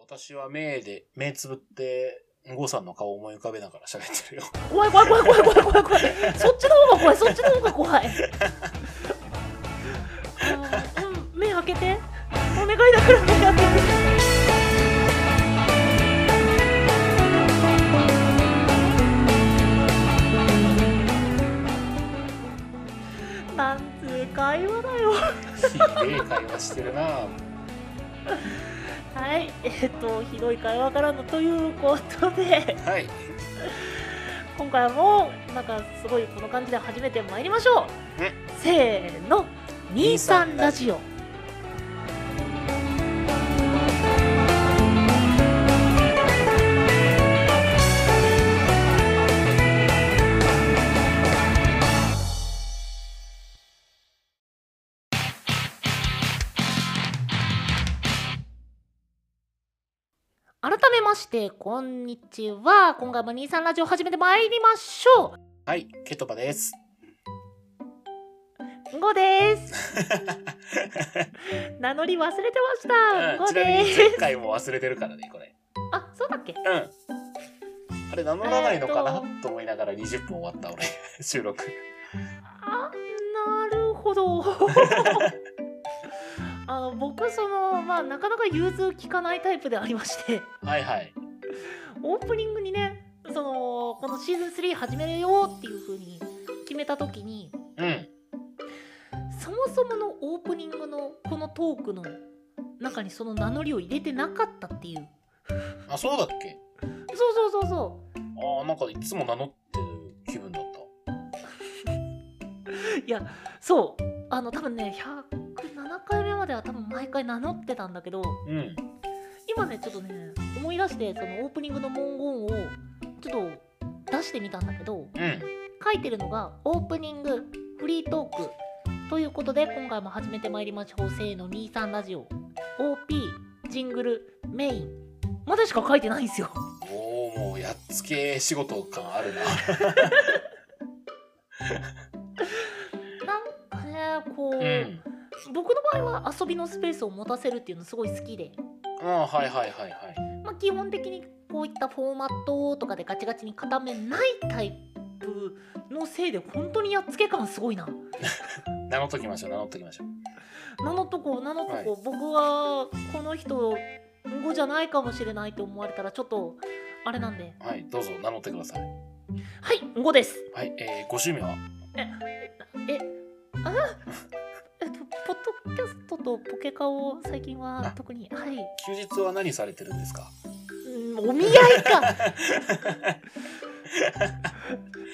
私は目で、目つぶって、ゴさんの顔を思い浮かべながら喋ってる よ。怖い怖い怖い怖い怖い怖い怖いそっちの方が怖いそっちの方が怖いあーうん目開けてお願いだから目開けてなんつう会話だよひでえ会話してるなぁ。はいえっ、とひどい会話からのということではい。今回もなんかすごいこの感じで始めてまいりましょう、ねせーの23ラジオ改めましてこんにちは今回も23ラジオ始めてまいりましょはい、ケトバです。うんご です。名乗り忘れてました。うんうんごちなみでにす。前回も忘れてるからね、これ。あ、そうだっけ。うん。あれ名乗らないのかえなーと思いながら20分終わった俺、 収録。あ、なるほ ど。あの僕そのまあなかなか融通聞かないタイプでありまして、はいはい。オープニングにね、そのこのシーズン3始めるよっていう風に決めた時に、うん。そもそものオープニングのこのトークの中にその名乗りを入れてなかったっていう。あ、そうだっけそうそうそうそう。ああ、なんかいつも名乗ってる気分だった。いやそうあの多分ね107回目までは多分毎回名乗ってたんだけどうん。今ねちょっとね思い出してそのオープニングの文言をちょっと出してみたんだけどうん。書いてるのが「オープニングフリートーク」ということで今回も始めてまいりましょう「せーの23ラジオ」OP ジングルメインまでしか書いてないんですよ。おお、もうやっつけ仕事感ある な。なんかねこう、うん。僕の場合は遊びのスペースを持たせるっていうのすごい好きで。ああ、はいはいはいはい。まあ、基本的にこういったフォーマットとかでガチガチに固めないタイプのせいで本当にやっつけ感すごいな。名乗っときましょう、名乗っときましょう。なのとこなのとこ、僕はこの人語じゃないかもしれないと思われたらちょっとあれなんで。はい、どうぞ名乗ってください。はい語です。はい、えー、ご趣味はえあえっとポッドキャストとポケカを最近は特にはい、休日は何されてるんですかうんお見合いか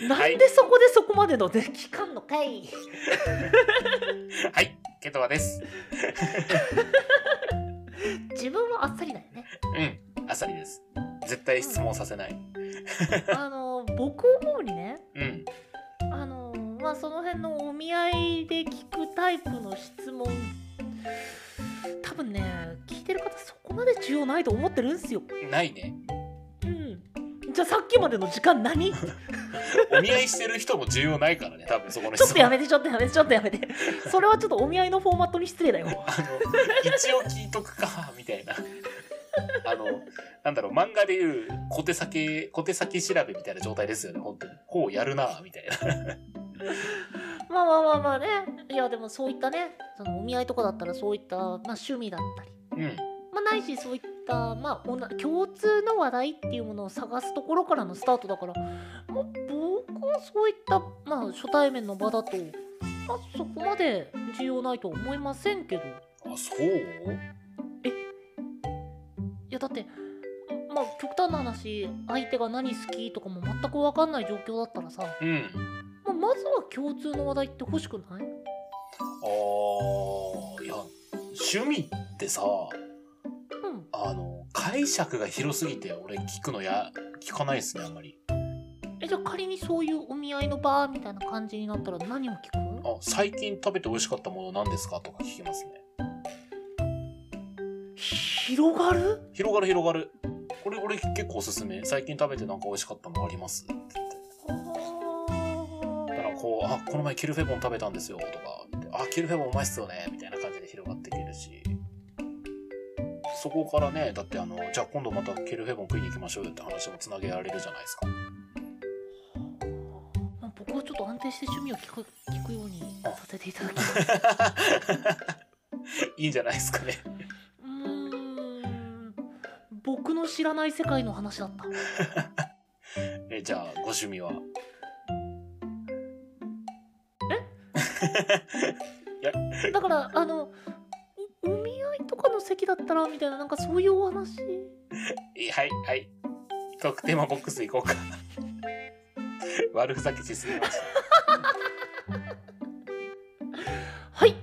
なんでそこでそこまでのね期間のかいはい、ケトバです。自分はあっさりだよねうん、あさりです。絶対質問させない。あの僕思うにねうん、あのまあその辺のお見合いで聞くタイプの質問多分ね聞いてる方そこまで重要ないと思ってるんすよないね。うんじゃあさっきまでの時間何ちお見合いしてる人も重要ないからね、多分そこのょっ質とや問。めてちょっとやめてちょっとやめてそれはちょっとお見合いのフォーマットに失礼 だよあの、一応聞いとくか、 みたいな。あの、なんだろう、漫画でいう小手先、小手先調べみたいな状態ですよね、本当に。こうやるな、みたいな。まあまあまあまあねいやでもそういったねそのお見合いとかだったらそういった、まあ、趣味だったりうん、ままあ、ないしそういった、まあ、おな共通の話題っていうものを探すところからのスタートだから、まあ、僕はそういった、まあ、初対面の場だと、まあ、そこまで重要ないとは思いませんけどあ、そういやだって、まあ、極端な話相手が何好きとかも全く分かんない状況だったらさ、うん。まあ、まずは共通の話題って欲しくなあいあいや趣味ってさうんあの解釈が広すぎて俺聞くのや聞かないですねあんまりえじゃあ仮にそういうお見合いの場みたいな感じになったら何を聞くあ最近食べて美味しかったもの何ですかとか聞きますね広がる広がる広がるこれ俺結構おすすめ最近食べてなんか美味しかったのありますって言ってだからこう「あこの前ケルフェボン食べたんですよ」とか「あケルフェボンうまいっすよね」みたいな感じで広がっていけるしそこからねだってあのじゃあ今度またケルヘボン食いに行きましょうよって話もつなげられるじゃないですか まあ僕はちょっと安定して趣味を聞く聞くようにさせていただきます いいんじゃないですかねうーん僕の知らない世界の話だったえじゃあご趣味はだからあのおお見合いとかの席だったらみたいななんかそういうお話えはいはい特テーマボックス行こうか 悪ふざけしすぎましはい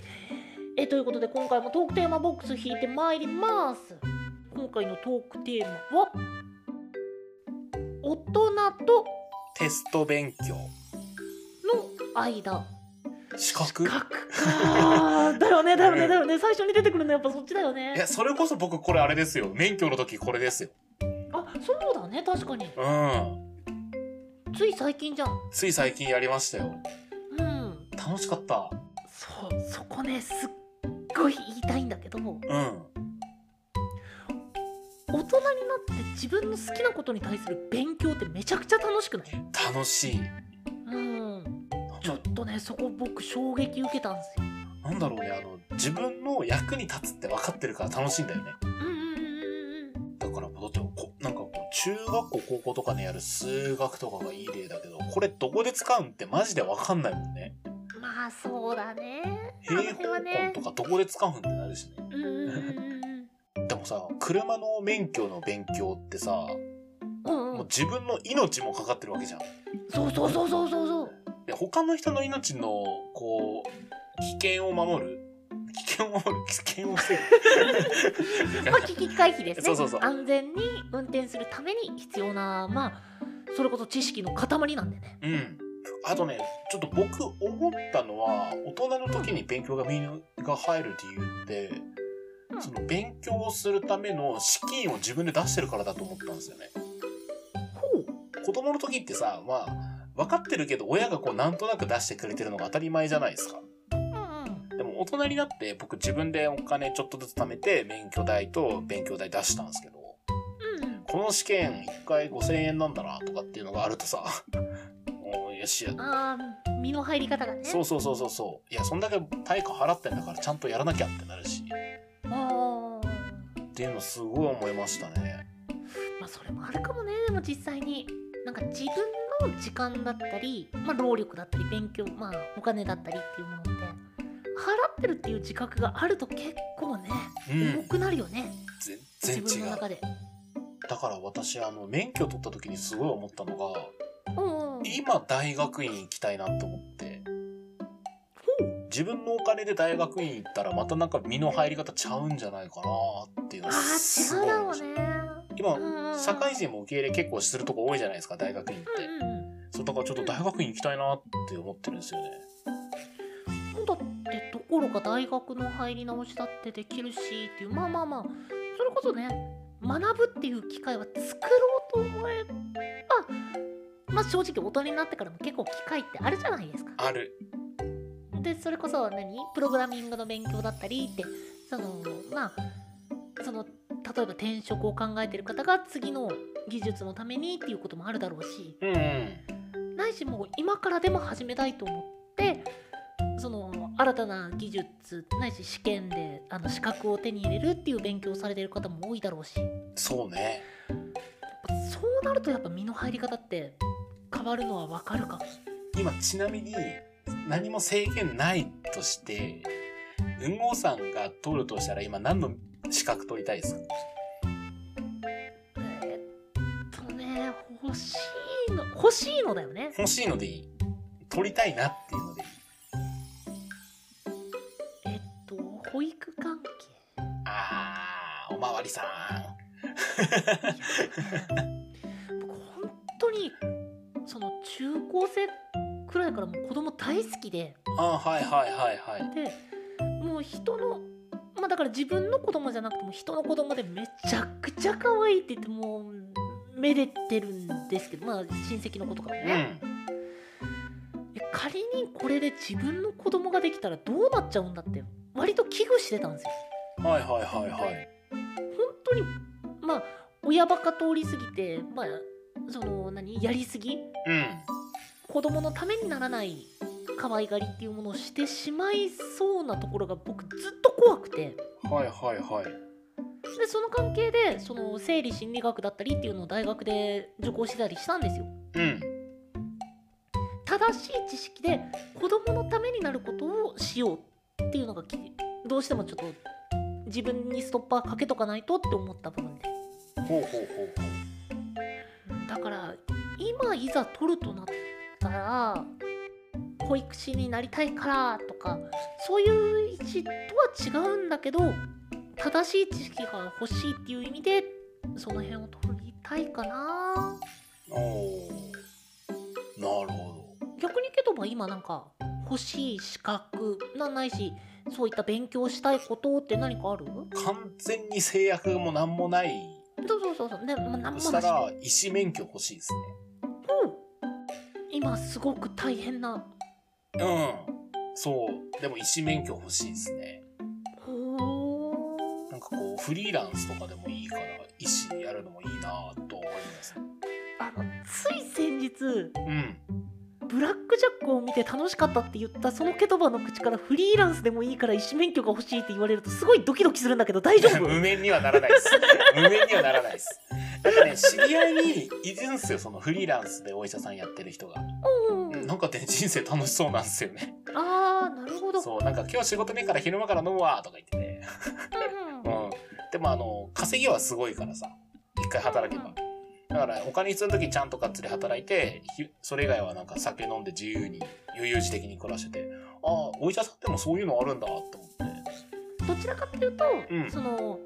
えということで今回もトークテーマボックス引いてまいります今回のトークテーマは大人とテスト勉強の間資格書くかだよねだよねだよね最初に出てくるのやっぱそっちだよいやねそれこそ僕これあれですよ免許の時これですよあそうだね確かにうんつい最近じゃんつい最近やりましたようん楽しかったそうそこねすっごい言いたいんだけどもうん大人になって自分の好きなことに対する勉強ってめちゃくちゃ楽しくない楽しいうんちょっとねそこ僕衝撃受けたんですよなんだろうねあの自分の役に立つって分かってるから楽しいんだよねうんうんうんうんだからもうだってこなんかこう中学校高校とかでやる数学とかがいい例だけどこれどこで使うんってマジで分かんないもんねうんまあそうだねあ平の辺方はね根とかどこで使うんってなるしねうんうんうんでもさ車の免許の勉強ってさうんうんもう自分の命もかかってるわけじゃんそうそうそうそうそうそうで他の人の命のこう危険を守る危険を守る危険を防まあ危機回避ですねそうそうそう安全に運転するために必要なまあそれこそ知識の塊なんでね ぐうんあとねちょっと僕思ったのは大人の時に勉強が身にが入る理由ってうんその勉強をするための資金を自分で出してるからだと思ったんですよねほう子供の時ってさまあ分かってるけど親がこうなんとなく出してくれてるのが当たり前じゃないですかうんうんでも大人になって僕自分でお金ちょっとずつ貯めて免許代と勉強代出したんですけどうんこの試験1回5,000円なんだなとかっていうのがあるとさ おーよしやうんあー身の入り方がねそうそうそうそうそういやそんだけ対価払ってんだからちゃんとやらなきゃってなるしあーっていうのすごい思いましたねまあそれもあるかもねでも実際になんか自分の時間だったり、まあ、労力だったり勉強まあお金だったりっていうものって払ってるっていう自覚があると結構ねう重んくなるよね、全自然違分のう中でだから私あの免許取った時にすごい思ったのがうんうん今大学院行きたいなと思ってほ自分のお金で大学院行ったらまたなんか身の入り方ちゃうんじゃないかなっていうあのーす違ごういだ思いまろうしたね今うんうん社会人も受け入れ結構するとこ多いじゃないですか大学院ってうんうんそうだからちょっと大学院行きたいなって思ってるんですよねうんだってどころか大学の入り直しだってできるしっていうまあまあまあそれこそね学ぶっていう機会は作ろうと思えばまあ正直大人になってからも結構機会ってあるじゃないですか。あるでそれこそ何プログラミングの勉強だったりってそのまあその例えば転職を考えてる方が次の技術のためにっていうこともあるだろうしうんうんないしもう今からでも始めたいと思ってその新たな技術ないし試験であの資格を手に入れるっていう勉強をされてる方も多いだろうしやっそうねぱそうなるとやっぱ身の入り方って変わるのはわかるかも今ちなみに何も制限ないとして文豪さんが取るとしたら今何の資格取りたいですかえーっとね欲しいの欲しいのだよね欲しいのでいい取りたいなっていうのでいいえっと保育関係あーおまわりさん僕本当にその中高生くらいからもう子供大好きであはいはいはいはいでもう人のまあだから自分の子供じゃなくても人の子供でめちゃくちゃ可愛いって言ってもうめでてるんですけどまあ親戚の子とかもうね、んで仮にこれで自分の子供ができたらどうなっちゃうんだって割と危惧してたんですよはいはいはいはい本当にまあ親バカ通り過ぎてまあその何やりすぎうん。子供のためにならない可愛がりっていうものをしてしまいそうなところが僕ずっと怖くてはいはいはい。でその関係でその生理心理学だったりっていうのを大学で受講してたりしたんですようん。正しい知識で子供のためになることをしようっていうのがきどうしてもちょっと自分にストッパーかけとかないとって思った部分でほうほうほうほだから今いざ取るとなったら保育士になりたいからとかそういう位置とは違うんだけど正しい知識が欲しいっていう意味でその辺を取りたいかなう。おーなるほど。逆にけどば今なんか欲しい資格なんないしそういった勉強したいことって何かある完全に制約も何もない。そうそうそうそうね、まあ、なんもそなししたら、医師免許欲しいですうん今すごく大変なね。うん。そう。でも医師免許欲しいですね。ほーなんかこう、フリーランスとかでもいいから、医師やるのもいいなぁと思います。あのつい先日うん。ブラックジャックを見て楽しかったって言ったそのケトバの口からフリーランスでもいいから医師免許が欲しいって言われるとすごいドキドキするんだけど大丈夫無面にはならないです。無面にはならないです。なんかね、知り合いにいるんですよ、そのフリーランスでお医者さんやってる人が。うんうんうんなんかね、人生楽しそうなんですよね。あーなるほどそう、なんか今日仕事ねえから昼間から飲むわとか言ってね。うんううんん。でもあの、稼ぎはすごいからさ、一回働けば。だから、お金必要の時ちゃんとがっつり働いて、ひそれ以外はなんか酒飲んで自由に、悠々自適に暮らしてて、ああ、お医者さんでもそういうのあるんだと思って。どちらかっていうと、うんその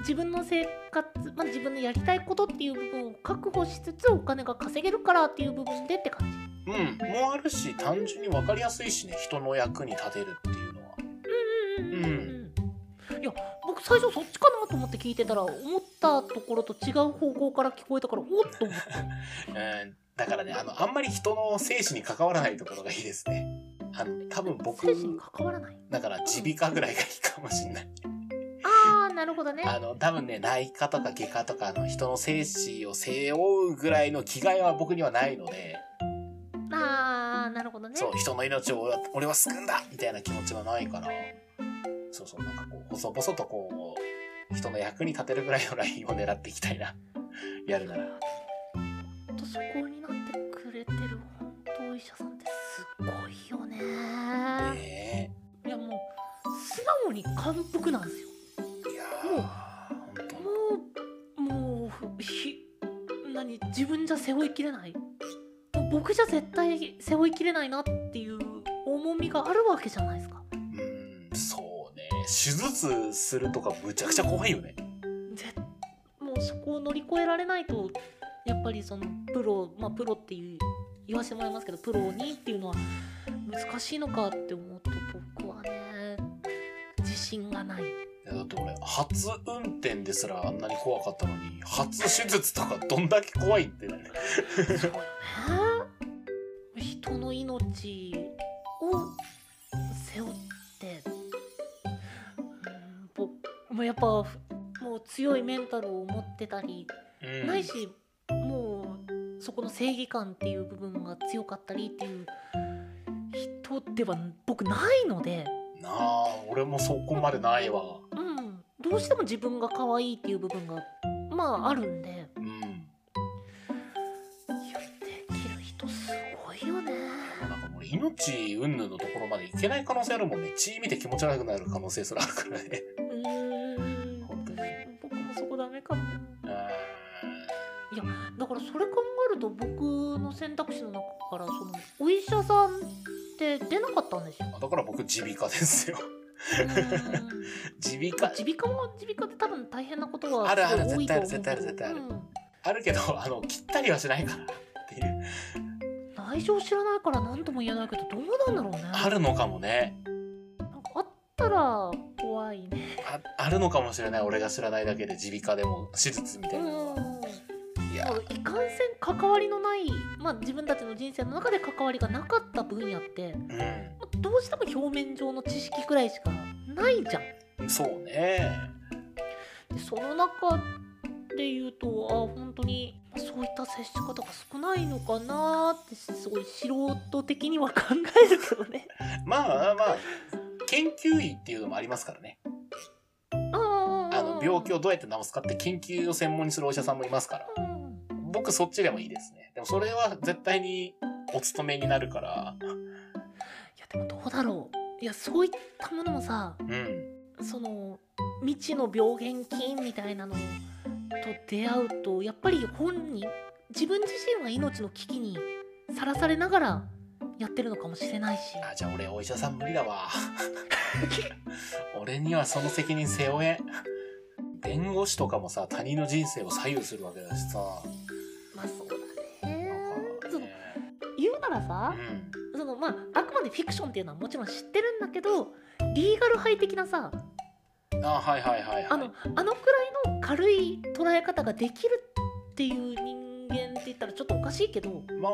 自分の生活、まあ、自分のやりたいことっていう部分を確保しつつお金が稼げるからっていう部分でって感じうん、もあるし、単純に分かりやすいしね、人の役に立てるっていうのは。うんうんうんうんいや僕最初そっちかなと思って聞いてたら思ったところと違う方向から聞こえたからおっと思ってうんだからねあのあんまり人の生死に関わらないところがいいですねあの多分僕生死に関わらないだから耳鼻科ぐらいがいいかもしんないああなるほどねあの多分ね内科とか外科とかあの人の生死を背負うぐらいの気概は僕にはないのでああなるほどねそう人の命を俺は俺は救うんだみたいな気持ちはないからそうそうなんかこう細々とこう人の役に立てるぐらいのラインを狙っていきたいなやるならほんとそこになってくれてる本当お医者さんってすごいよねねいやもう素直に感服なんですよえいやー本当もうもうふひ何自分じゃ背負いきれないもう僕じゃ絶対背負いきれないなっていう重みがあるわけじゃないですかうんそうね手術するとかむちゃくちゃ怖いよね絶もうそこを乗り越えられないとやっぱりそのプロまあプロっていう言わせてもらいますけどプロにっていうのは難しいのかって思うと僕はね自信がないいやだって俺初運転ですらあんなに怖かったのに初手術とかどんだけ怖いってねそうよね人の命を背負って、うん、僕もうやっぱもう強いメンタルを持ってたり、うんないしもうそこの正義感っていう部分が強かったりっていう人では僕ないので、なあ俺もそこまでないわうん、どうしても自分が可愛いっていう部分がまああるんでいやうんできる人すごいよね。なんかもう命云々のところまでいけない可能性あるもんね血見て気持ち悪くなる可能性すらあるからね うーん本当に僕もそこダメかもうーんいやだからそれ考えると僕の選択肢の中からそのお医者さんって出なかったんですよだから僕耳鼻科ですよ うーん耳鼻科耳鼻科も耳鼻科で多分大変なことはあるあるすごい多いと思う絶対ある絶対あるうんあるけどあの切ったりはしないからっていう内情知らないから何とも言えないけどどうなんだろうねあるのかもねなんかあったら怖いねああるのかもしれない俺が知らないだけで耳鼻科でも手術みたういなのんはいうやいかんせん関わりのない、まあ、自分たちの人生の中で関わりがなかった分野ってうどうしても表面上の知識くらいしかないじゃん。んそうねでその中で言うとあ本当にそういった接し方が少ないのかなってすごい素人的には考えるけどね。まあまあまあ研究医っていうのもありますからねああの病気をどうやって治すかって研究を専門にするお医者さんもいますから僕そっちでもいいですねでもそれは絶対にお勤めになるからいやでもどうだろういやそういったものもさうんその未知の病原菌みたいなのと出会うとやっぱり本人自分自身は命の危機にさらされながらやってるのかもしれないしあじゃあ俺お医者さん無理だわ俺にはその責任背負えん弁護士とかもさ他人の人生を左右するわけだしさ まあそうだねなんかそのね言うならうさんそのまああくまでフィクションっていうのはもちろん知ってるんだけどリーガルハイ的なさあはいはいはいはいあのあのくらいの軽い捉え方ができるっていう人間って言ったらちょっとおかしいけどまあ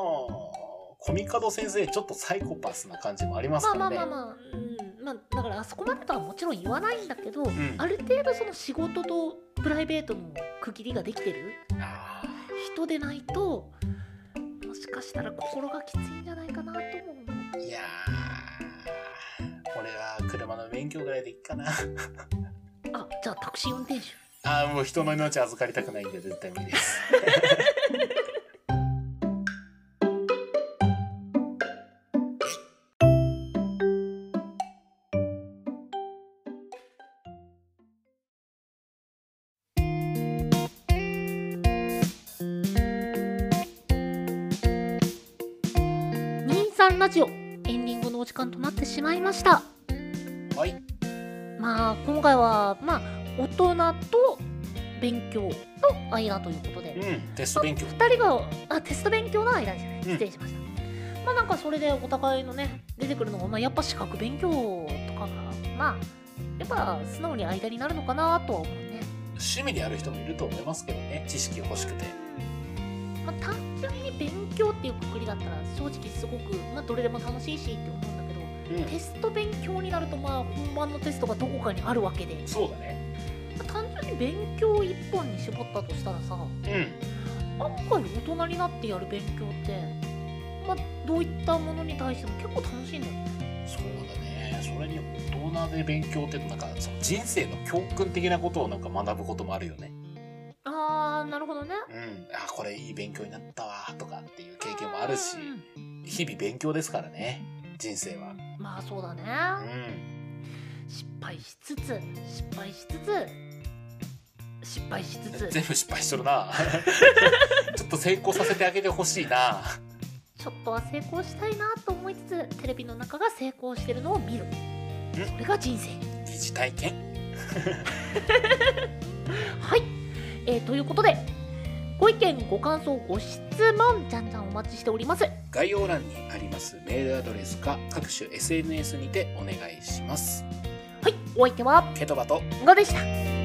コミカド先生ちょっとサイコパスな感じもありますまあかまらあねまあまあ、うんまあ、だからあそこまでとはもちろん言わないんだけど、んある程度その仕事とプライベートの区切りができてるあー人でないともしかしたら心がきついんじゃないかなとも思う。いやー俺は車の免許ぐらいでいっかな あじゃあタクシー運転手あーもう人の命預かりたくないんで絶対無理です 23ラジオエンディングのお時間となってしまいました。はいまあ今回はまあ大人と勉強の間ということでうんテスト勉強2人があテスト勉強の間じゃないうん失礼しました、まあなんかそれでお互いのね出てくるのが、まあ、やっぱ資格勉強とかがまあやっぱ素直に間になるのかなとは思うね、趣味でやる人もいると思いますけどね知識欲しくてまあ、単純に勉強っていうくくりだったら正直すごく、まあ、どれでも楽しいしって思うんだけどうんテスト勉強になるとまあ本番のテストがどこかにあるわけでそうだね単純に勉強一本に絞ったとしたらさ案うん外大人になってやる勉強って、まあ、どういったものに対しても結構楽しいんだよねそうだねそれに大人で勉強ってなんかその人生の教訓的なことをなんか学ぶこともあるよねあーなるほどねうんあこれいい勉強になったわとかっていう経験もあるし日々勉強ですからね人生はまあそうだねうん失敗しつつ失敗しつつ失敗しつつ全部失敗しとるなちょっと成功させてあげてほしいなちょっとは成功したいなと思いつつテレビの中が成功してるのを見るそれが人生疑似体験はい、えーということでご意見ご感想ご質問じゃんじゃんお待ちしております概要欄にありますメールアドレスか各種 SNS にてお願いしますはい、お相手はケトバとんがでした。